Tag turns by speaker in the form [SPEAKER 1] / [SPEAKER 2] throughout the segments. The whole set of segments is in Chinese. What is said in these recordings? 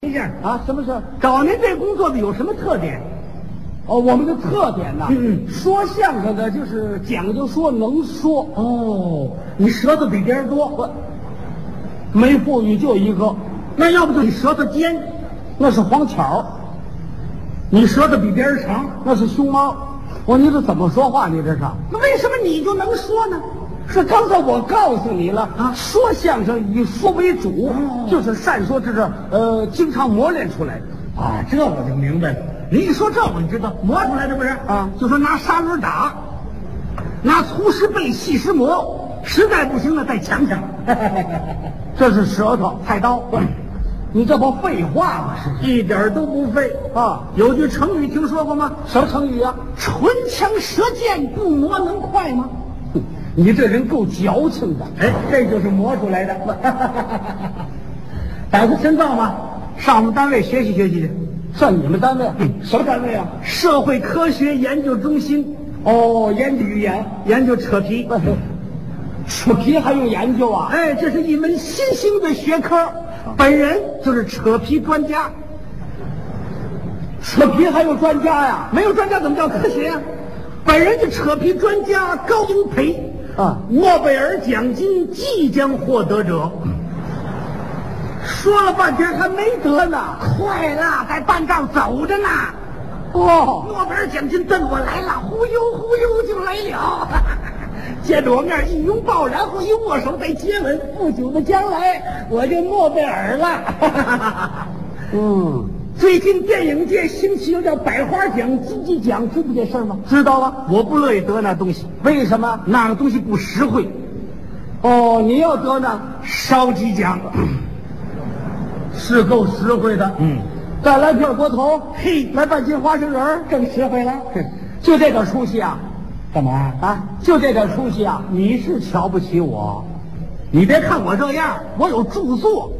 [SPEAKER 1] 一下
[SPEAKER 2] 啊，什么事儿？
[SPEAKER 1] 找您这工作的有什么特点？
[SPEAKER 2] 哦，我们的特点呐、
[SPEAKER 1] 嗯嗯
[SPEAKER 2] 说相声的就是讲究说能说，
[SPEAKER 1] 哦，你舌头比别人多，
[SPEAKER 2] 没富裕就一个，
[SPEAKER 1] 那要不就你舌头尖，
[SPEAKER 2] 那是黄巧，
[SPEAKER 1] 你舌头比别人长，
[SPEAKER 2] 那是熊猫。我说你这怎么说话？你这是？
[SPEAKER 1] 那为什么你就能说呢？
[SPEAKER 2] 是刚才我告诉你了
[SPEAKER 1] 啊
[SPEAKER 2] 说相声以说为主，
[SPEAKER 1] 哦
[SPEAKER 2] 就是善说，这是呃经常磨练出来的。
[SPEAKER 1] 啊，这我就明白了。您一说这我就知道磨出来的不是
[SPEAKER 2] 啊
[SPEAKER 1] 就说拿砂轮打，拿粗石背细石磨，实在不行了再抢 抢。
[SPEAKER 2] 这是舌头、菜刀，你这不废话吗？是
[SPEAKER 1] 一点儿都不费
[SPEAKER 2] 啊！
[SPEAKER 1] 有句成语听说过吗？
[SPEAKER 2] 什么成语啊？
[SPEAKER 1] 唇枪舌剑，不磨能快吗？
[SPEAKER 2] 哼你这人够矫情的。
[SPEAKER 1] 哎，这就是磨出 来的。胆子深造吗？上我们单位学习学习去。
[SPEAKER 2] 上你们单位？
[SPEAKER 1] 什么单位啊？社会科学研究中心，
[SPEAKER 2] 哦，研究语言，哎
[SPEAKER 1] 研究扯皮。
[SPEAKER 2] 扯皮还用研究啊？
[SPEAKER 1] 哎，这是一门新兴的学科，本人就是扯皮专家。
[SPEAKER 2] 扯皮还用专家呀、
[SPEAKER 1] 没有专家怎么叫科学呀、本人是扯皮专家，高英培
[SPEAKER 2] 啊
[SPEAKER 1] 诺贝尔奖金即将获得者。说了半天还没得呢，快了，在半道走着呢。
[SPEAKER 2] 哦，
[SPEAKER 1] 诺贝尔奖金奔我来了，忽悠忽悠就来了。 见着我面一拥抱，然后一握手，再接吻。不久的将来，我就诺贝尔 了。
[SPEAKER 2] 嗯，
[SPEAKER 1] 最近电影界兴起有点百花奖、金鸡奖，知道这事儿吗？
[SPEAKER 2] 知道了。
[SPEAKER 1] 我不乐意得那东西，
[SPEAKER 2] 为什么？
[SPEAKER 1] 那个东西不实惠。
[SPEAKER 2] 哦，你要得呢，
[SPEAKER 1] 烧鸡奖是够实惠的，嗯，
[SPEAKER 2] 再来片锅头，
[SPEAKER 1] 嘿
[SPEAKER 2] 来半斤花生仁儿，
[SPEAKER 1] 更实惠了。
[SPEAKER 2] 就这点出息啊
[SPEAKER 1] 干嘛？
[SPEAKER 2] 啊，就这点出息啊！你是瞧不起我，
[SPEAKER 1] 你别看我这样，我有著作，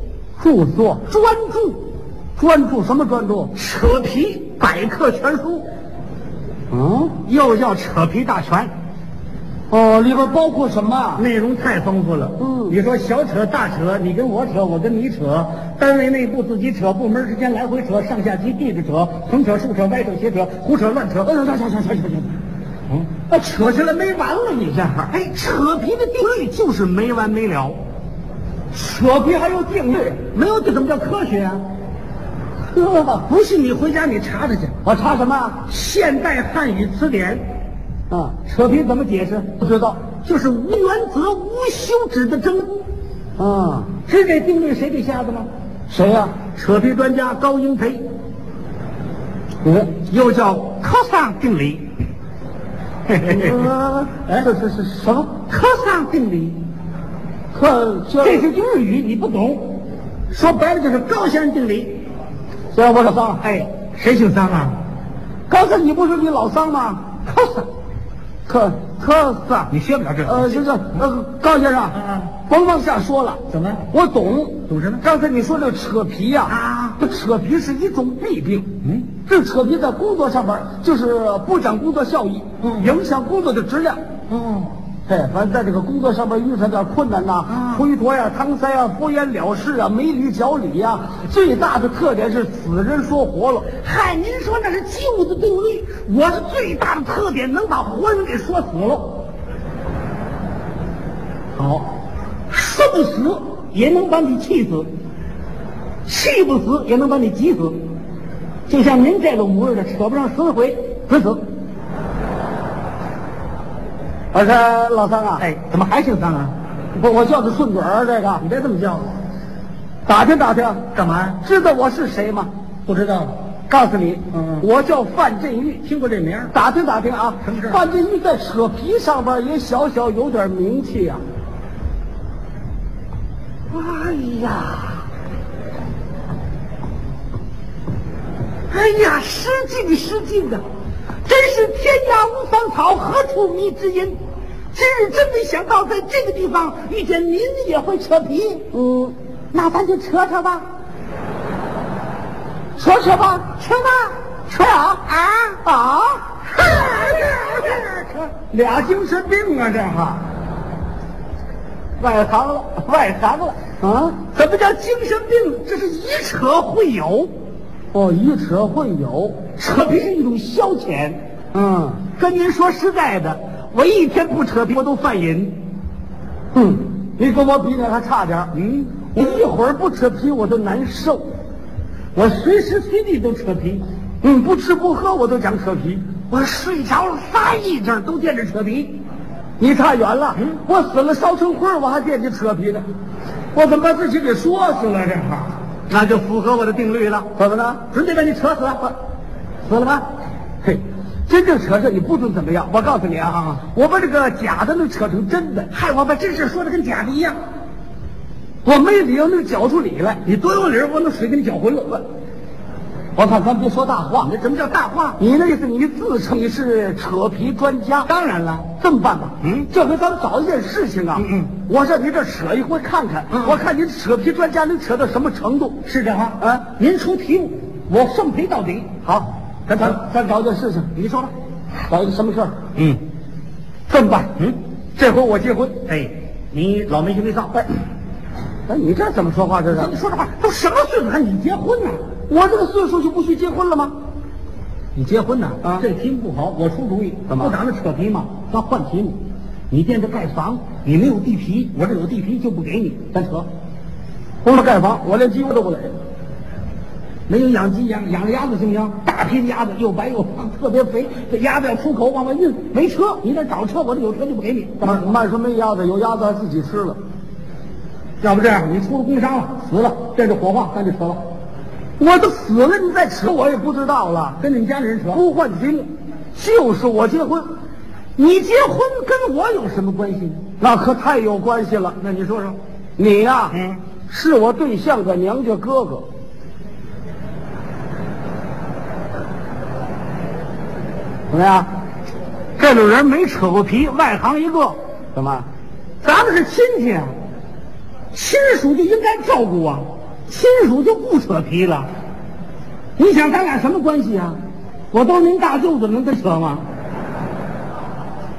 [SPEAKER 2] 著作
[SPEAKER 1] 专注
[SPEAKER 2] 专注什么专注？
[SPEAKER 1] 扯皮百科全书，
[SPEAKER 2] 嗯，
[SPEAKER 1] 又叫扯皮大全，
[SPEAKER 2] 哦，里边包括什么啊？
[SPEAKER 1] 内容太丰富了。
[SPEAKER 2] 嗯
[SPEAKER 1] 你说小扯大扯，你跟我扯，我跟你扯，单位内部自己扯，部门之间来回扯，上下级递着扯，横扯竖扯歪扯斜扯，胡扯乱扯。
[SPEAKER 2] 哎呦，行行行行行行，
[SPEAKER 1] 嗯，那扯下来没完了，你这样。哎，扯皮的定律就是没完没了，
[SPEAKER 2] 扯皮还用定律？
[SPEAKER 1] 没有这怎么叫科学啊？
[SPEAKER 2] 呵，
[SPEAKER 1] 不信你回家你查查去，《
[SPEAKER 2] 我查什么啊？
[SPEAKER 1] 现代汉语词典》
[SPEAKER 2] 啊，
[SPEAKER 1] 扯皮怎么解释？
[SPEAKER 2] 不知道。
[SPEAKER 1] 就是无原则、无休止的争。
[SPEAKER 2] 啊，
[SPEAKER 1] 知这定律谁给下的吗？
[SPEAKER 2] 谁呀、
[SPEAKER 1] 扯皮专家高英培，
[SPEAKER 2] 嗯，
[SPEAKER 1] 又叫科桑定 理。嘿嘿嘿
[SPEAKER 2] 哎，这这是什么？
[SPEAKER 1] 科桑定理，
[SPEAKER 2] 可
[SPEAKER 1] 这
[SPEAKER 2] 这
[SPEAKER 1] 是句日语，你不懂。说白了就是高山定理。
[SPEAKER 2] 虽然我老桑，
[SPEAKER 1] 哎，谁姓桑啊？
[SPEAKER 2] 刚才你不是你老桑吗？
[SPEAKER 1] 科桑。
[SPEAKER 2] 可可桑，
[SPEAKER 1] 你学不了这个。
[SPEAKER 2] 呃，就是呃，高先生
[SPEAKER 1] 啊，
[SPEAKER 2] 甭往下说了，
[SPEAKER 1] 怎么
[SPEAKER 2] 我懂，
[SPEAKER 1] 懂什么
[SPEAKER 2] 刚才你说这个扯皮呀，
[SPEAKER 1] 啊
[SPEAKER 2] 这扯皮是一种弊病，
[SPEAKER 1] 嗯，
[SPEAKER 2] 这扯皮在工作上面就是不讲工作效益，
[SPEAKER 1] 嗯
[SPEAKER 2] 影响工作的质量。
[SPEAKER 1] 嗯，
[SPEAKER 2] 嘿，反正在这个工作上面遇上点困难呐、
[SPEAKER 1] 啊
[SPEAKER 2] 推脱呀、搪塞呀、敷衍了事啊、没理脚理呀、最大的特点是死人说活了。
[SPEAKER 1] 嗨，您说那是旧的定律，我的最大的特点能把活人给说死了，
[SPEAKER 2] 好，
[SPEAKER 1] 说不死也能把你气死，气不死也能把你急死。就像您这个模样的，扯不上十回，死死。
[SPEAKER 2] 我说老三啊，
[SPEAKER 1] 哎，怎么还姓张啊？
[SPEAKER 2] 我我叫的顺嘴儿，这个
[SPEAKER 1] 你别这么叫，
[SPEAKER 2] 打听打听，
[SPEAKER 1] 干嘛？
[SPEAKER 2] 知道我是谁吗？
[SPEAKER 1] 不知道，
[SPEAKER 2] 告诉你，
[SPEAKER 1] 嗯
[SPEAKER 2] 我叫范振玉。
[SPEAKER 1] 听过这名儿
[SPEAKER 2] 打听打听啊
[SPEAKER 1] 什么事，儿
[SPEAKER 2] 范振玉在扯皮上边也小小有点名气啊。
[SPEAKER 1] 哎呀，哎呀，失敬失敬的，真是天涯无芳草，何处觅知音？今日真没想到在这个地方遇见您也会扯皮，
[SPEAKER 2] 嗯，
[SPEAKER 1] 那咱就扯扯吧，
[SPEAKER 2] 扯扯吧，
[SPEAKER 1] 扯吧，
[SPEAKER 2] 扯啊
[SPEAKER 1] 啊
[SPEAKER 2] 啊！
[SPEAKER 1] 啊！ 扯
[SPEAKER 2] 俩精神病啊，这哈。
[SPEAKER 3] 外行了，外行了。
[SPEAKER 1] 啊，
[SPEAKER 3] 什么叫精神病？这是以扯会友，
[SPEAKER 1] 哦，以扯会友，
[SPEAKER 3] 扯皮是一种消遣。
[SPEAKER 1] 嗯，
[SPEAKER 3] 跟您说实在的，我一天不扯皮，我都犯瘾。
[SPEAKER 1] 哼，你跟我比那还差点儿
[SPEAKER 3] 嗯，
[SPEAKER 1] 我一会儿不扯皮我就难受，
[SPEAKER 3] 我随时随地都扯皮，
[SPEAKER 1] 嗯，不吃不喝我都想扯皮。
[SPEAKER 3] 我睡着了撒一阵都惦着扯皮。
[SPEAKER 1] 你差远了，
[SPEAKER 3] 嗯
[SPEAKER 1] 我死了烧成灰儿我还惦记扯皮呢，我怎么把自己给说死了这？
[SPEAKER 3] 那就符合我的定律了，
[SPEAKER 1] 怎么啊了？
[SPEAKER 3] 准得把你扯死，
[SPEAKER 1] 死了吧？嘿，真正扯扯你不准怎么样？我告诉你啊，我把这个假的能扯成真的，
[SPEAKER 3] 害我把真事说的跟假的一样。
[SPEAKER 1] 我没理由能搅出理来。
[SPEAKER 3] 你多有理儿，我能水给你搅浑了。我
[SPEAKER 1] 我看咱别说大话
[SPEAKER 3] 你，什么叫大话？
[SPEAKER 1] 你那意思你自称你是扯皮专家？
[SPEAKER 3] 当然了，
[SPEAKER 1] 这么办吧，
[SPEAKER 3] 嗯
[SPEAKER 1] 这回咱们找一件事情啊，
[SPEAKER 3] 嗯嗯
[SPEAKER 1] 我上您这儿扯一回看看，
[SPEAKER 3] 嗯
[SPEAKER 1] 我看您扯皮专家能扯到什么程度。
[SPEAKER 3] 是这话
[SPEAKER 1] 啊
[SPEAKER 3] 您出题目，我奉陪到底。
[SPEAKER 1] 好，咱咱咱找一件事情，
[SPEAKER 3] 你说吧。
[SPEAKER 1] 找一个什么事儿？
[SPEAKER 3] 嗯
[SPEAKER 1] 这么办，
[SPEAKER 3] 嗯，
[SPEAKER 1] 这回我结婚。
[SPEAKER 3] 哎，你老没羞没臊。哎，
[SPEAKER 1] 哎，你这怎么说话？这
[SPEAKER 3] 说
[SPEAKER 1] 是
[SPEAKER 3] 你？说这话，都什么岁数还你结婚呢？
[SPEAKER 1] 我这个岁数就不许结婚了吗？
[SPEAKER 3] 你结婚呢？
[SPEAKER 1] 啊
[SPEAKER 3] 这题目不好，我出主意。
[SPEAKER 1] 怎么
[SPEAKER 3] 不咱们扯皮吗？咱换题目。你惦着盖房，你没有地皮，我这有地皮就不给你。咱扯，
[SPEAKER 1] 除了盖房，我连鸡窝都不给。
[SPEAKER 3] 没有养鸡养养鸭子行不行？大批鸭子又白又胖，特别肥，这鸭子要出口往外运，没车，你那找车，我这有车就不给你。
[SPEAKER 1] 慢慢说没鸭子，有鸭子还自己吃了，
[SPEAKER 3] 要不这样，你出了工伤了，
[SPEAKER 1] 死了。
[SPEAKER 3] 这是火化，咱就扯了，
[SPEAKER 1] 我都死了，你再扯我也不知道了。
[SPEAKER 3] 跟你们家里人扯。
[SPEAKER 1] 不换题目，就是我结婚，
[SPEAKER 3] 你结婚跟我有什么关系？
[SPEAKER 1] 那可太有关系了。
[SPEAKER 3] 那你说说，
[SPEAKER 1] 你呀、
[SPEAKER 3] 嗯
[SPEAKER 1] 是我对象的娘家哥哥。怎么样？
[SPEAKER 3] 这种人没扯过皮，外行一个。
[SPEAKER 1] 怎么？
[SPEAKER 3] 咱们是亲戚啊，亲属就应该照顾啊，亲属就不扯皮了。你想咱俩什么关系啊？我都是您大舅子，能跟扯吗？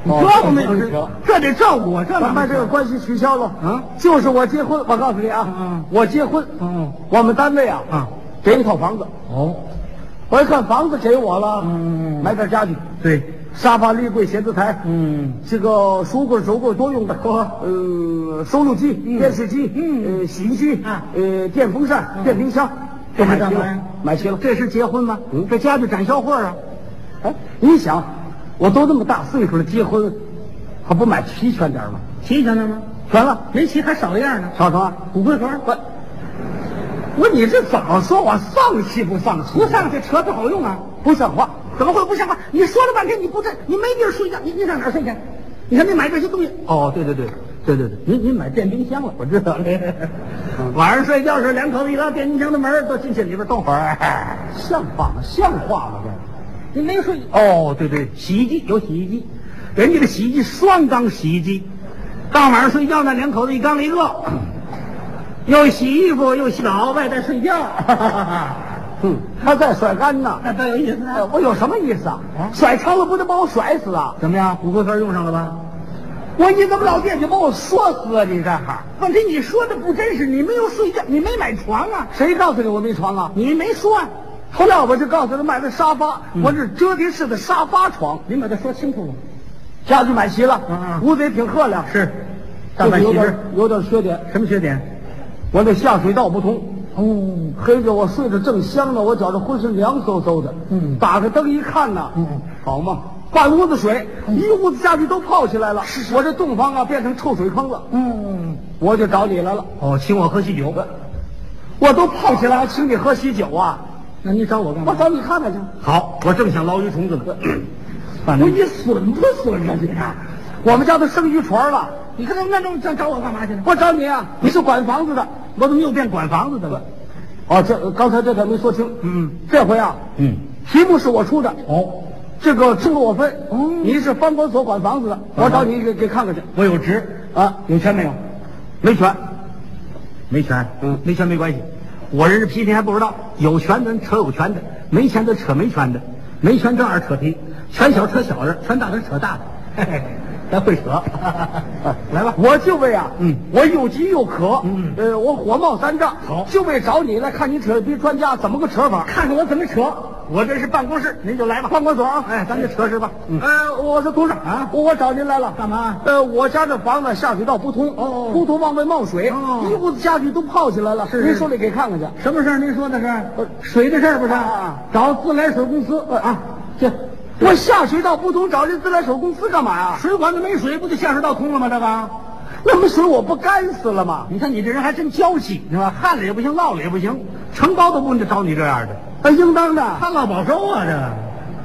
[SPEAKER 1] 哦
[SPEAKER 3] 这我们
[SPEAKER 1] 不能扯
[SPEAKER 3] 这得照顾啊，这
[SPEAKER 1] 咱
[SPEAKER 3] 哪
[SPEAKER 1] 把
[SPEAKER 3] 能
[SPEAKER 1] 这个
[SPEAKER 3] 扯？
[SPEAKER 1] 关系取消了。
[SPEAKER 3] 嗯
[SPEAKER 1] 就是我结婚，我告诉你啊，
[SPEAKER 3] 嗯
[SPEAKER 1] 我结婚，
[SPEAKER 3] 嗯
[SPEAKER 1] 我们单位啊，
[SPEAKER 3] 嗯
[SPEAKER 1] 给一套房子。
[SPEAKER 3] 哦，
[SPEAKER 1] 我一看房子给我了，
[SPEAKER 3] 嗯
[SPEAKER 1] 买点家具，
[SPEAKER 3] 对，
[SPEAKER 1] 沙发、立柜、写字台，
[SPEAKER 3] 嗯，
[SPEAKER 1] 这个书柜、手柜多用的，呃，收录机、
[SPEAKER 3] 嗯
[SPEAKER 1] 电视机，
[SPEAKER 3] 嗯
[SPEAKER 1] 呃，洗衣机，
[SPEAKER 3] 啊嗯
[SPEAKER 1] 呃，电风扇、电冰箱，
[SPEAKER 3] 这
[SPEAKER 1] 都
[SPEAKER 3] 是
[SPEAKER 1] 买齐
[SPEAKER 3] 干嘛
[SPEAKER 1] 了
[SPEAKER 3] 呀，？
[SPEAKER 1] 买齐了。
[SPEAKER 3] 这是结婚吗？
[SPEAKER 1] 嗯
[SPEAKER 3] 这家具展销会啊。
[SPEAKER 1] 哎，你想，我都这么大岁数了，结婚还不买齐全点儿吗？
[SPEAKER 3] 齐全了吗？
[SPEAKER 1] 全了，
[SPEAKER 3] 没齐还少一样呢。
[SPEAKER 1] 少成啊，
[SPEAKER 3] 骨灰盒
[SPEAKER 1] 我我你这怎么说我丧气不丧气？
[SPEAKER 3] 不上去扯不好用啊！
[SPEAKER 1] 不像话。
[SPEAKER 3] 怎么会不像话？你说了半天你不这，你没地儿睡觉，你你上哪儿睡去？你看你买这些东西，
[SPEAKER 1] 哦，对对对，对对对，
[SPEAKER 3] 您您买电冰箱了，我知道了。 晚上睡觉时两口子一拉电冰箱的门，都进去里边冻会 儿。
[SPEAKER 1] 像话吗？像话吗？
[SPEAKER 3] 您没睡
[SPEAKER 1] 这哦，对对，
[SPEAKER 3] 洗衣机有洗衣机，人家的洗衣机双缸洗衣机，到晚上睡觉那两口子一缸里一个，又洗衣服又洗澡，外带睡觉，
[SPEAKER 1] 嗯，他在甩干呢。
[SPEAKER 3] 那多有意思
[SPEAKER 1] 哎
[SPEAKER 3] 啊！
[SPEAKER 1] 我有什么意思啊
[SPEAKER 3] 啊？
[SPEAKER 1] 甩长了不得把我甩死啊？
[SPEAKER 3] 怎么样，骨灰盒用上了吧？
[SPEAKER 1] 我你怎么老惦记把我说死啊？你这哈，
[SPEAKER 3] 问题你说的不真实，你没有睡觉，你没买床啊，
[SPEAKER 1] 谁告诉你我没床啊？
[SPEAKER 3] 你没说、啊。
[SPEAKER 1] 后来我就告诉他买的沙发，
[SPEAKER 3] 嗯
[SPEAKER 1] 我这折叠式的沙发床，
[SPEAKER 3] 您把它说清楚了。
[SPEAKER 1] 家具买齐了，
[SPEAKER 3] 嗯嗯
[SPEAKER 1] 屋子也挺漂亮，
[SPEAKER 3] 是，
[SPEAKER 1] 但
[SPEAKER 3] 大摆
[SPEAKER 1] 是有
[SPEAKER 3] 旗
[SPEAKER 1] 点
[SPEAKER 3] 帜，
[SPEAKER 1] 有点缺点，
[SPEAKER 3] 什么缺点？
[SPEAKER 1] 我这下水道不通。
[SPEAKER 3] 哦，
[SPEAKER 1] 黑着我睡得正香呢，我觉着浑身凉飕飕的。
[SPEAKER 3] 嗯
[SPEAKER 1] 打开灯一看呐，
[SPEAKER 3] 嗯嗯嗯
[SPEAKER 1] 好嘛，半屋子水，一屋子家具都泡起来了。我这洞房啊变成臭水坑了，
[SPEAKER 3] 嗯，
[SPEAKER 1] 我就找你来了。
[SPEAKER 3] 哦，请我喝喜酒。
[SPEAKER 1] 我都泡起来，还请你喝喜酒啊？
[SPEAKER 3] 那你找我干
[SPEAKER 1] 我
[SPEAKER 3] 嘛？
[SPEAKER 1] 找你看看去。
[SPEAKER 3] 嗯好，我正想捞鱼虫子呢。反
[SPEAKER 1] 我
[SPEAKER 3] 正
[SPEAKER 1] 你损不损啊你啊？我们家都生鱼船了，
[SPEAKER 3] 你看那那找找我干嘛去了？
[SPEAKER 1] 我找你啊，你是管房子的。
[SPEAKER 3] 我怎么又变管房子的了？
[SPEAKER 1] 哦，这刚才这点没说清。
[SPEAKER 3] 嗯，
[SPEAKER 1] 这回啊，
[SPEAKER 3] 嗯，
[SPEAKER 1] 题目是我出的，
[SPEAKER 3] 哦，
[SPEAKER 1] 这个出了我分。
[SPEAKER 3] 哦
[SPEAKER 1] 你是方管所管房子的，我找你给给看看去。
[SPEAKER 3] 我有职，
[SPEAKER 1] 啊，
[SPEAKER 3] 有权没有？没权，没权，
[SPEAKER 1] 嗯
[SPEAKER 3] 没权没关系。我这是批评还不知道，有权咱扯有权的，没钱咱扯没权的，没权正二扯皮，权小扯小的，权大咱扯大的。
[SPEAKER 1] 咱会扯，
[SPEAKER 2] 来吧
[SPEAKER 1] 我就为啊，
[SPEAKER 2] 嗯
[SPEAKER 1] 我有急有渴，
[SPEAKER 2] 嗯
[SPEAKER 1] 呃，我火冒三丈，
[SPEAKER 2] 好
[SPEAKER 1] 就为找你来看你扯皮专家怎么个扯法，
[SPEAKER 2] 看看我怎么扯。我这是办公室，您就来吧。
[SPEAKER 1] 换关所啊，
[SPEAKER 2] 哎，咱就扯扯吧。嗯，
[SPEAKER 1] 呃，我是董事长
[SPEAKER 2] 啊
[SPEAKER 1] 我我找您来了，
[SPEAKER 2] 干嘛
[SPEAKER 1] 呃，我家这房子下水道不通，
[SPEAKER 2] 哦哦
[SPEAKER 1] 通通往外冒水，
[SPEAKER 2] 哦
[SPEAKER 1] 一屋子家具都泡起来了。
[SPEAKER 2] 是是
[SPEAKER 1] 您说来给看看去。
[SPEAKER 2] 什么事儿？您说的是水的事儿不是？
[SPEAKER 1] 啊
[SPEAKER 2] 找自来水公司呃啊，这
[SPEAKER 1] 我下水道不通，找这自来水公司干嘛呀？
[SPEAKER 2] 水管子没水，不就下水道通了吗？这个，
[SPEAKER 1] 那么水我不干死了吗？
[SPEAKER 2] 你看你这人还真娇气，是吧？旱了也不行，涝了也不行，承包都不得找你这样的，
[SPEAKER 1] 啊，应当的。
[SPEAKER 2] 旱涝保收啊！这个，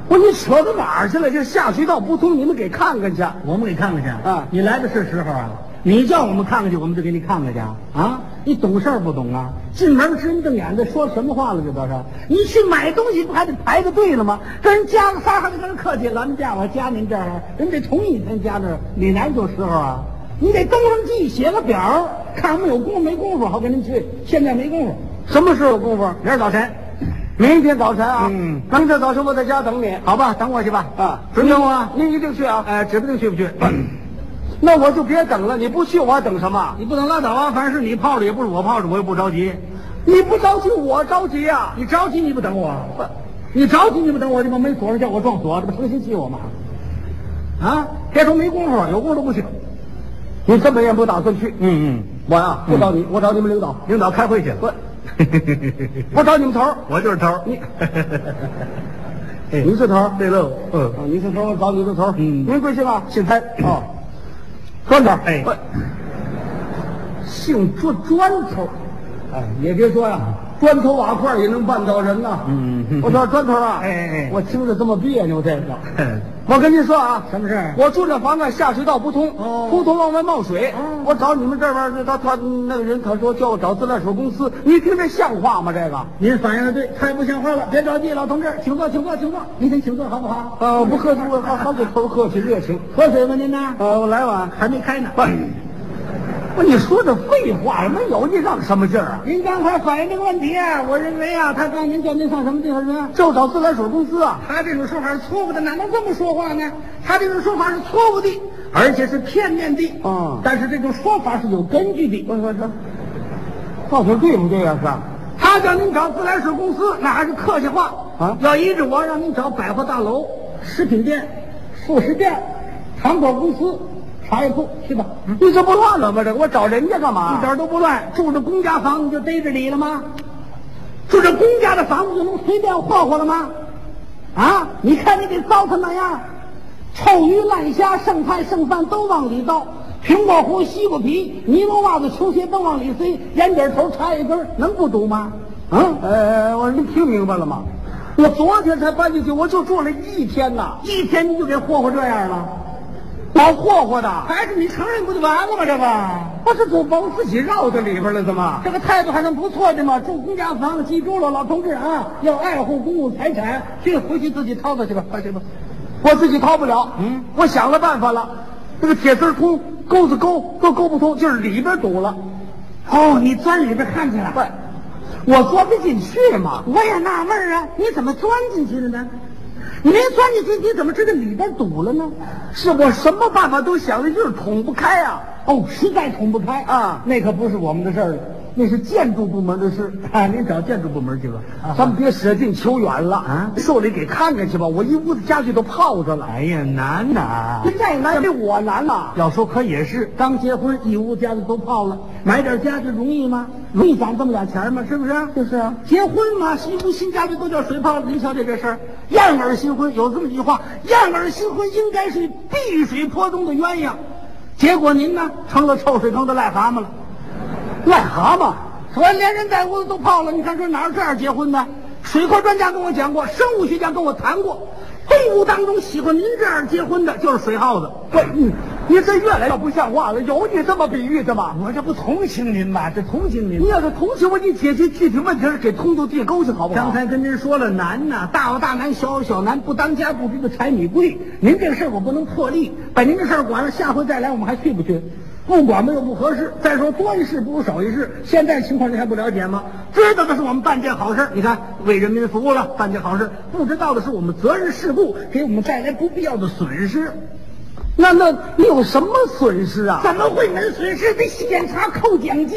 [SPEAKER 1] 我说你扯到哪儿去了？这下水道不通，你们给看看去。
[SPEAKER 2] 我们给看看去
[SPEAKER 1] 啊
[SPEAKER 2] 你来的是时候啊！你叫我们看看去，我们就给你看看去啊！你懂事儿不懂啊？进门直瞪眼的说什么话了？这都是
[SPEAKER 1] 你去买东西不还得排个队了吗？
[SPEAKER 2] 跟人加个仨还得跟人客气，咱们家我加您这儿，人得同意咱家这儿，你哪有时候啊？你得登上记，写个表儿，看我们有功夫没功夫，好跟您去。现在没功夫，
[SPEAKER 1] 什么时候有功夫？
[SPEAKER 2] 明儿早晨，
[SPEAKER 1] 明天早晨啊，
[SPEAKER 2] 嗯
[SPEAKER 1] 明天早晨我在家等你
[SPEAKER 2] 好吧，等我去吧。
[SPEAKER 1] 啊，
[SPEAKER 2] 准等我啊。
[SPEAKER 1] 您一定去啊。嗯
[SPEAKER 2] 呃，指不定去不去，
[SPEAKER 1] 那我就别等了，你不去我还等什么？
[SPEAKER 2] 你不能拉倒啊！反正是你泡着，也不是我泡着，我也不着急。
[SPEAKER 1] 你不着急，我着急啊呀、
[SPEAKER 2] 你着急你不等我，你着急你不等我，你把门锁上叫我撞锁，这不成心气我吗？啊，别说没功夫，有功夫都不去。
[SPEAKER 1] 你根本也不打算去。
[SPEAKER 2] 嗯嗯，
[SPEAKER 1] 我呀、不找你，我找你们领导，
[SPEAKER 2] 领导开会去了。
[SPEAKER 1] 我找你们头儿。
[SPEAKER 2] 我就是头儿，
[SPEAKER 1] 你
[SPEAKER 2] 哎
[SPEAKER 1] 您是头儿，
[SPEAKER 2] 对喽，嗯
[SPEAKER 1] 啊，您是头儿，我找你的头儿。
[SPEAKER 2] 嗯
[SPEAKER 1] 您贵姓啊？姓潘。哦，砖头儿。
[SPEAKER 2] 哎
[SPEAKER 1] 我姓砖砖头儿。哎，也别说呀，砖头瓦块儿也能绊倒人呐。
[SPEAKER 2] 嗯嗯嗯
[SPEAKER 1] 我说砖头儿啊，
[SPEAKER 2] 哎哎哎
[SPEAKER 1] 我听着这么别扭，这个。
[SPEAKER 2] 嗯
[SPEAKER 1] 我跟您说啊，
[SPEAKER 2] 什么事儿
[SPEAKER 1] 我住这房子下水道不通，
[SPEAKER 2] 哦
[SPEAKER 1] 扑通往外冒水。
[SPEAKER 2] 嗯
[SPEAKER 1] 我找你们这边儿，他他那个人他说叫我找自来水公司，你听这像话吗？这个，
[SPEAKER 2] 您反应的对，太不像话了。别着急，老同志，请坐，请坐，请坐，您先请坐好不好？
[SPEAKER 1] 呃，不客气，我好好给头客气热情。
[SPEAKER 2] 喝水吗您呢？
[SPEAKER 1] 呃，我来碗。
[SPEAKER 2] 还没开呢。
[SPEAKER 1] 不，你说这废话没有，你让什么劲儿啊？
[SPEAKER 2] 您刚才反映这个问题啊，我认为啊，他刚您叫您上什么地方去？啊
[SPEAKER 1] 就找自来水公司啊！
[SPEAKER 2] 他这种说法是错误的，哪能这么说话呢？他这种说法是错误的，而且是片面的。
[SPEAKER 1] 嗯
[SPEAKER 2] 但是这种说法是有根据的。
[SPEAKER 1] 我说这，到底对不对呀、啊？
[SPEAKER 2] 他叫您找自来水公司，那还是客气话
[SPEAKER 1] 啊
[SPEAKER 2] 要依着我，让您找百货大楼、食品店、副食店、糖果公司、茶叶铺去吧。
[SPEAKER 1] 是？你这不乱了吗？这个我找人家干嘛？
[SPEAKER 2] 一点都不乱，住着公家房子就逮着你了吗？住着公家的房子就能随便霍霍了吗？啊！你看你给糟蹋那样，臭鱼烂虾、剩菜剩饭都往里倒，苹果核、西瓜皮、尼龙袜子、球鞋都往里塞，烟卷头插一根儿，能不堵吗？啊！
[SPEAKER 1] 呃，我说你听明白了吗？我昨天才搬进去，我就住了一天呐，
[SPEAKER 2] 一天你就给霍霍这样了，
[SPEAKER 1] 老霍霍的，
[SPEAKER 2] 还哎是你承认不就完了吗？这个
[SPEAKER 1] 我这总把我自己绕在里边了，怎么？
[SPEAKER 2] 这个态度还算不错的嘛。住公家房子，记住了，老同志啊，要爱护公共财产，去回去自己掏掏去吧，快去吧。
[SPEAKER 1] 我自己掏不了，
[SPEAKER 2] 嗯，
[SPEAKER 1] 我想了办法了，那个铁丝儿通，钩子勾都勾不通，就是里边堵了，
[SPEAKER 2] 哦，你钻里边看去了？
[SPEAKER 1] 喂，我钻不进去嘛。
[SPEAKER 2] 我也纳闷儿啊，你怎么钻进去了呢？你没钻进去，你怎么知道里边堵了呢？
[SPEAKER 1] 是我什么办法都想的，就是捅不开啊！
[SPEAKER 2] 哦，实在捅不开
[SPEAKER 1] 啊
[SPEAKER 2] 那可不是我们的事儿了，
[SPEAKER 1] 那是建筑部门的事，
[SPEAKER 2] 啊，您找建筑部门去吧。
[SPEAKER 1] 咱们别舍近求远了
[SPEAKER 2] 啊
[SPEAKER 1] 受理给看看去吧，我一屋子家具都泡着了，
[SPEAKER 2] 哎呀，难呐
[SPEAKER 1] 这再难比我难呐！
[SPEAKER 2] 要说可也是，刚结婚一屋家具都泡了，买点家具容易吗？容易攒这么点钱吗？是不是？就是啊，结婚嘛，新婚新家具都叫水泡子。您瞧瞧这事儿，燕儿新婚有这么句话：燕儿新婚应该是碧水坡中的鸳鸯。结果您呢，成了臭水坑的癞蛤蟆了。
[SPEAKER 1] 癞蛤蟆，
[SPEAKER 2] 我连人带屋子都泡了，你看这哪有这样结婚的？水科专家跟我讲过，生物学家跟我谈过，动物当中喜欢您这样结婚的就是水耗子。
[SPEAKER 1] 不，你你这越来越不像话了，有你这么比喻的吗？
[SPEAKER 2] 我这不同情您吗？这同情您
[SPEAKER 1] 你要是同情我，你解决具体问题，给通通地沟去，好不好？
[SPEAKER 2] 刚才跟您说了难呐、大有大难，小有小难，不当家不知的柴米贵。您这个事儿我不能破例，把您这事儿管了，下回再来我们还去不去？不管吧又不合适。再说多一事不如少一事，现在情况您还不了解吗？知道的是我们办件好事，你看为人民服务了，办件好事；不知道的是我们责任事故，给我们带来不必要的损失。那那你有什么损失啊？
[SPEAKER 1] 怎么会没损失？得检查扣奖金，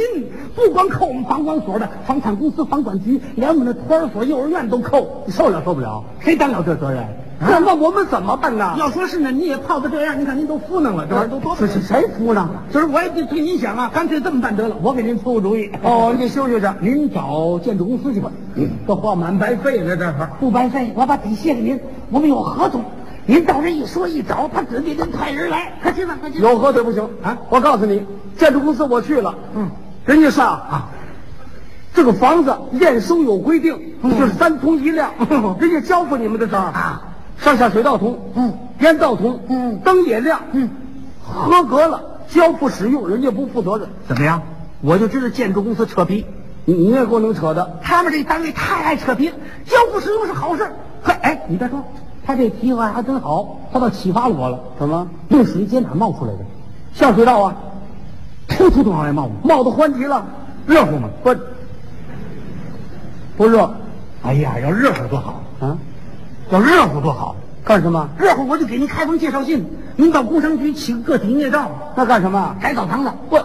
[SPEAKER 1] 不光扣我们房管所的、房产公司、房管局，连我们的托儿所、幼儿园都扣。
[SPEAKER 2] 你受了受不了？
[SPEAKER 1] 谁担了这责任？
[SPEAKER 2] 那那我们怎么办呢？
[SPEAKER 1] 要说是呢，你也泡的这样，你看您都敷弄了，这玩意儿都多
[SPEAKER 2] 这是谁服呢？
[SPEAKER 1] 今儿我也得对您想啊，干脆这么办得了，我给您出个主意。
[SPEAKER 2] 哦，你休息着。
[SPEAKER 1] 您找建筑公司去吧，嗯
[SPEAKER 2] 这话蛮白费了，这是。
[SPEAKER 1] 不白费，我把底卸给您，我们有合同。您到这一说一找，他指定得派人来。快去吧，快去吧。
[SPEAKER 2] 有合同不行啊！我告诉你，建筑公司我去了，嗯，人家上啊，这个房子验收有规定，
[SPEAKER 1] 嗯
[SPEAKER 2] 就是三通一亮，人家交付你们的时候啊，上下水道通，嗯，烟道通，嗯，灯也亮，嗯，合格了，交付使用，人家不负责任。
[SPEAKER 1] 怎么样？我就知道建筑公司扯皮，
[SPEAKER 2] 你你也够能扯的，
[SPEAKER 1] 他们这单位太爱扯皮了。交付使用是好事，嘿，哎，你别说，他这提法还真好，他倒启发了我了。
[SPEAKER 2] 怎么？
[SPEAKER 1] 用水街哪冒出来的？
[SPEAKER 2] 下水道啊，
[SPEAKER 1] 突突突往外冒吗？
[SPEAKER 2] 冒的欢极了，
[SPEAKER 1] 热乎吗？
[SPEAKER 2] 不不热
[SPEAKER 1] 哎呀，要热乎多好，
[SPEAKER 2] 啊？
[SPEAKER 1] 要热乎多好。
[SPEAKER 2] 干什么？
[SPEAKER 1] 热乎我就给您开封介绍信，您到工商局起个个体营业照，
[SPEAKER 2] 那干什么？
[SPEAKER 1] 改澡堂子。
[SPEAKER 2] 不，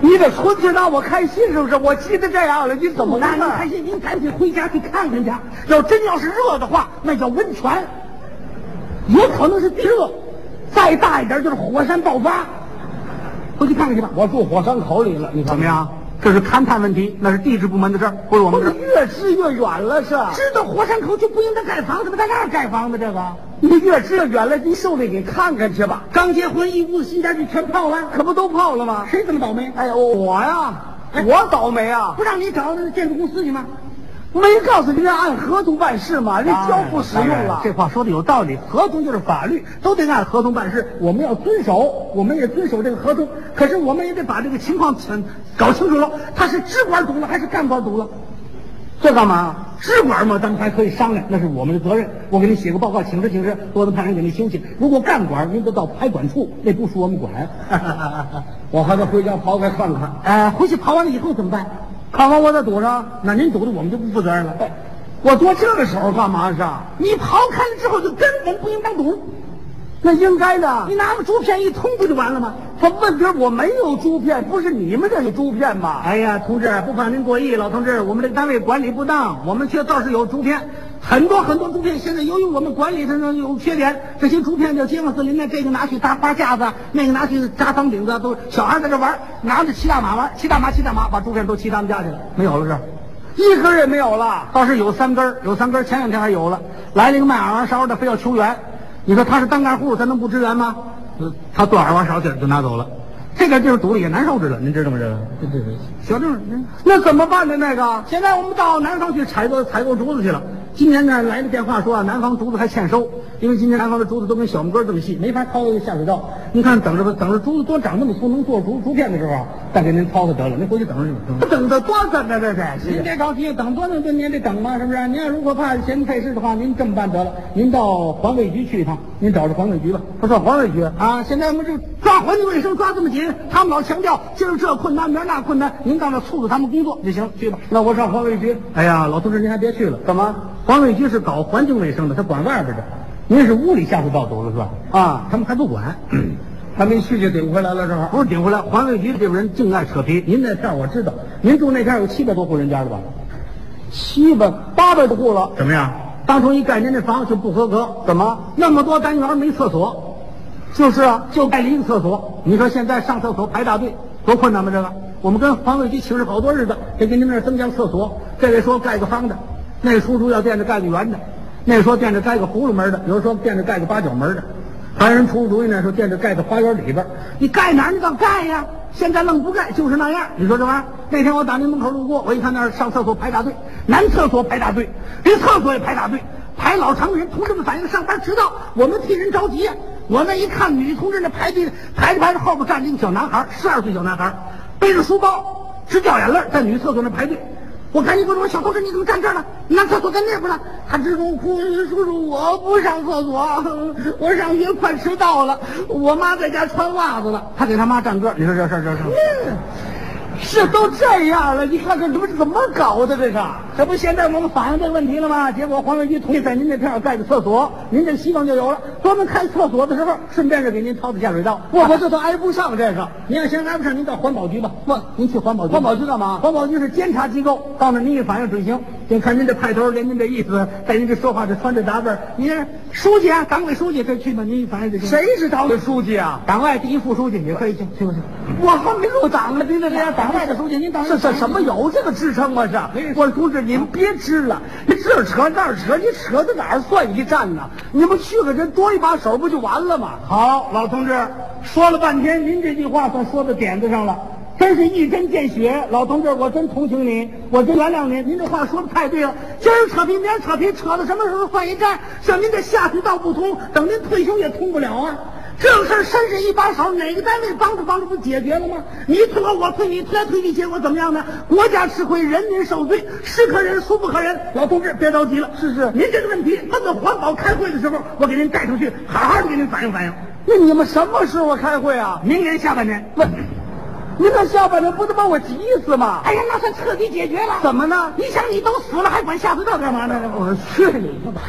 [SPEAKER 2] 你得春天让我开心是不是？我急得这样了，你怎么
[SPEAKER 1] 那
[SPEAKER 2] 办
[SPEAKER 1] 您开心，您赶紧回家去看看去。要真要是热的话，那叫温泉，也可能是地热，再大一点就是火山爆发。回去看看去吧。
[SPEAKER 2] 我住火山口里了，你看
[SPEAKER 1] 怎么？样？这是勘探问题，那是地质部门的事儿，不是我
[SPEAKER 2] 不
[SPEAKER 1] 们的
[SPEAKER 2] 是
[SPEAKER 1] 事儿。
[SPEAKER 2] 越支越远了是？
[SPEAKER 1] 知道火山口就不应该盖房子吗？在那儿盖房子，这个
[SPEAKER 2] 你越支越远了，你受得给看看去吧。
[SPEAKER 1] 刚结婚一屋子新家具全泡了，
[SPEAKER 2] 可不都泡了吗？
[SPEAKER 1] 谁这么倒霉？哎
[SPEAKER 2] 哎呦，我呀，我倒霉啊！
[SPEAKER 1] 不让你找那建筑公司去吗？
[SPEAKER 2] 没告诉人家按合同办事嘛，人家交付使用了。
[SPEAKER 1] 哎这话说的有道理，合同就是法律，都得按合同办事。我们要遵守，我们也遵守这个合同。可是我们也得把这个情况全搞清楚了，他是支管堵了还是干管堵了？
[SPEAKER 2] 这干嘛？
[SPEAKER 1] 支管嘛，咱们还可以商量，那是我们的责任。我给你写个报告，请示请示，多能派人给您修去。如果干管，您得到排管处，那不属我们管。
[SPEAKER 2] 我还得回家刨开看看。
[SPEAKER 1] 呃，回去刨完了以后怎么办？
[SPEAKER 2] 看完我再堵上。
[SPEAKER 1] 那您堵的我们就不负责任了。
[SPEAKER 2] 我多这个时候干嘛是？啊？
[SPEAKER 1] 你刨开了之后就根本不应当堵，
[SPEAKER 2] 那应该的
[SPEAKER 1] 你。拿个竹片一通不就完了吗？
[SPEAKER 2] 不，问题是我没有猪片，不是你们这有猪片吗？
[SPEAKER 1] 哎呀，同志，不怕您过意，老同志，我们这个单位管理不当，我们却倒是有竹片，很多很多竹片。现在由于我们管理上呢有缺点，这些竹片就街坊四邻的，这个拿去搭花架子，那个拿去扎房顶子，都小孩在这玩，拿着骑大马玩，骑大马骑大马，把竹片都骑他们家去了，没有了是吧。
[SPEAKER 2] 一根儿也没有了。
[SPEAKER 1] 倒是有三根儿，有三根儿，前两天还有了，来了一个卖耳挖勺的，非要求援。你说他是单干户，他能不支援吗？呃他剁耳挖勺去就拿走了，这个就是堵了也难受着了，您知道吗？这个这这这小郑，您
[SPEAKER 2] 那怎么办呢？那个
[SPEAKER 1] 现在我们到南方去采购采购竹子去了。今年呢来了电话说啊，南方竹子还欠收，因为今年南方的竹子都跟小拇哥这么细，没法掏下水道。您看，等着吧，等着竹子多长那么粗，能做竹竹片的时候啊，再给您掏掏得了。您回去等着去吧。行吗
[SPEAKER 2] 等的多着呢，这是。
[SPEAKER 1] 您别着急，等多长多您也得等嘛，是不是？您要如果怕嫌费事的话，您这么办得了，您到环卫局去一趟，您找着环卫局吧。
[SPEAKER 2] 不是黄委局，
[SPEAKER 1] 啊，现在我们这抓环境卫生抓这么紧，他们老强调今儿这困难，明儿那困难，您到那促使他们工作就行，去吧。
[SPEAKER 2] 那我上环卫局
[SPEAKER 1] 哎呀，老同志，您还别去了，
[SPEAKER 2] 干嘛？
[SPEAKER 1] 环卫局是搞环境卫生的，他管外边的，您是屋里下水道堵了是吧？
[SPEAKER 2] 啊，
[SPEAKER 1] 他们还不管，
[SPEAKER 2] 还没去就顶回来了，正好。
[SPEAKER 1] 不是顶回来。环卫局这边人净爱扯皮，您那片儿我知道，您住那片儿有七百多户人家了吧？
[SPEAKER 2] 七百八百多户了，
[SPEAKER 1] 怎么样？当初一盖您那房就不合格，
[SPEAKER 2] 怎么？
[SPEAKER 1] 那么多单元没厕所，
[SPEAKER 2] 就是啊，
[SPEAKER 1] 就盖了一个厕所。你说现在上厕所排大队，多困难吗？这个，我们跟环卫局请示好多日子，得给您们这儿增加厕所。这位说盖个方的，那个叔叔要惦着盖个圆的，那个说惦着盖个葫芦门的，有人说惦着盖个八角门的，还有人出主意呢，说惦着盖到花园里边儿。你盖哪儿你倒盖呀！现在愣不盖，就是那样。你说这玩意儿，那天我打您门口路过，我一看那儿上厕所排大队，男厕所排大队，人厕所也排大队，排老长的人，同志们反映上班迟到，我们替人着急呀。我那一看女同志那排队排着排着，后边站着一个小男孩，十二岁小男孩，背着书包，直掉眼泪，在女厕所那排队。我赶紧过去，我说小同志你怎么站这儿了？男厕所在那边呢。他支支吾吾，叔叔我不上厕所，我上学快迟到了，我妈在家穿袜子了。他给他妈站个儿，你说这事儿这事儿。是都这样了，你看看这不是怎么搞的？这是，这不现在我们反映这个问题了吗？结果黄文局同意在您这片儿盖个厕所，您这希望就有了。专门开厕所的时候，顺便是给您掏的下水道。我我这都挨不上这个。您要嫌挨不上，您到环保局吧。不，您去环保局。环保局干嘛？环保局是监察机构，到那儿您一反映准行。您看您这派头，连您这意思，带您这说话这穿着打扮，您这书记啊，党委书记这去吧，您一反映准行。
[SPEAKER 2] 谁是党委书记啊？
[SPEAKER 1] 党外第一副书记也可以去，去不去？
[SPEAKER 2] 我还没入党呢，您这
[SPEAKER 1] 这
[SPEAKER 2] 这
[SPEAKER 1] 党外的书记，您党
[SPEAKER 2] 这这什么有这个支撑吗？是，我说同志，你们别支了，你这儿扯那儿扯，你扯到哪儿算一站呢？你们去个人多一把手不就完了吗？
[SPEAKER 1] 好，老同志，说了半天，您这句话算说到点子上了，真是一针见血。老同志，我真同情您，我真原谅您。您这话说的太对了，今儿扯皮，明儿扯皮，扯到什么时候算一站？像您这下水道不通，等您退休也通不了啊。这个事儿伸伸一把手，哪个单位帮助帮助不解决了吗？你推我，我推你，推来推去，结果怎么样呢？国家吃亏，人民受罪，是可忍，孰不可忍？老同志，别着急了，是是，您这个问题，问到环保开会的时候，我给您带出去，好好的给您反映反映。
[SPEAKER 2] 那你们什么时候开会啊？
[SPEAKER 1] 明年下半年，
[SPEAKER 2] 不，您这下半年不得把我急死吗？
[SPEAKER 1] 哎呀，那算彻底解决了。
[SPEAKER 2] 怎么呢？哦
[SPEAKER 1] 你想，你都死了，还管下水道干嘛呢？
[SPEAKER 2] 我去你的吧！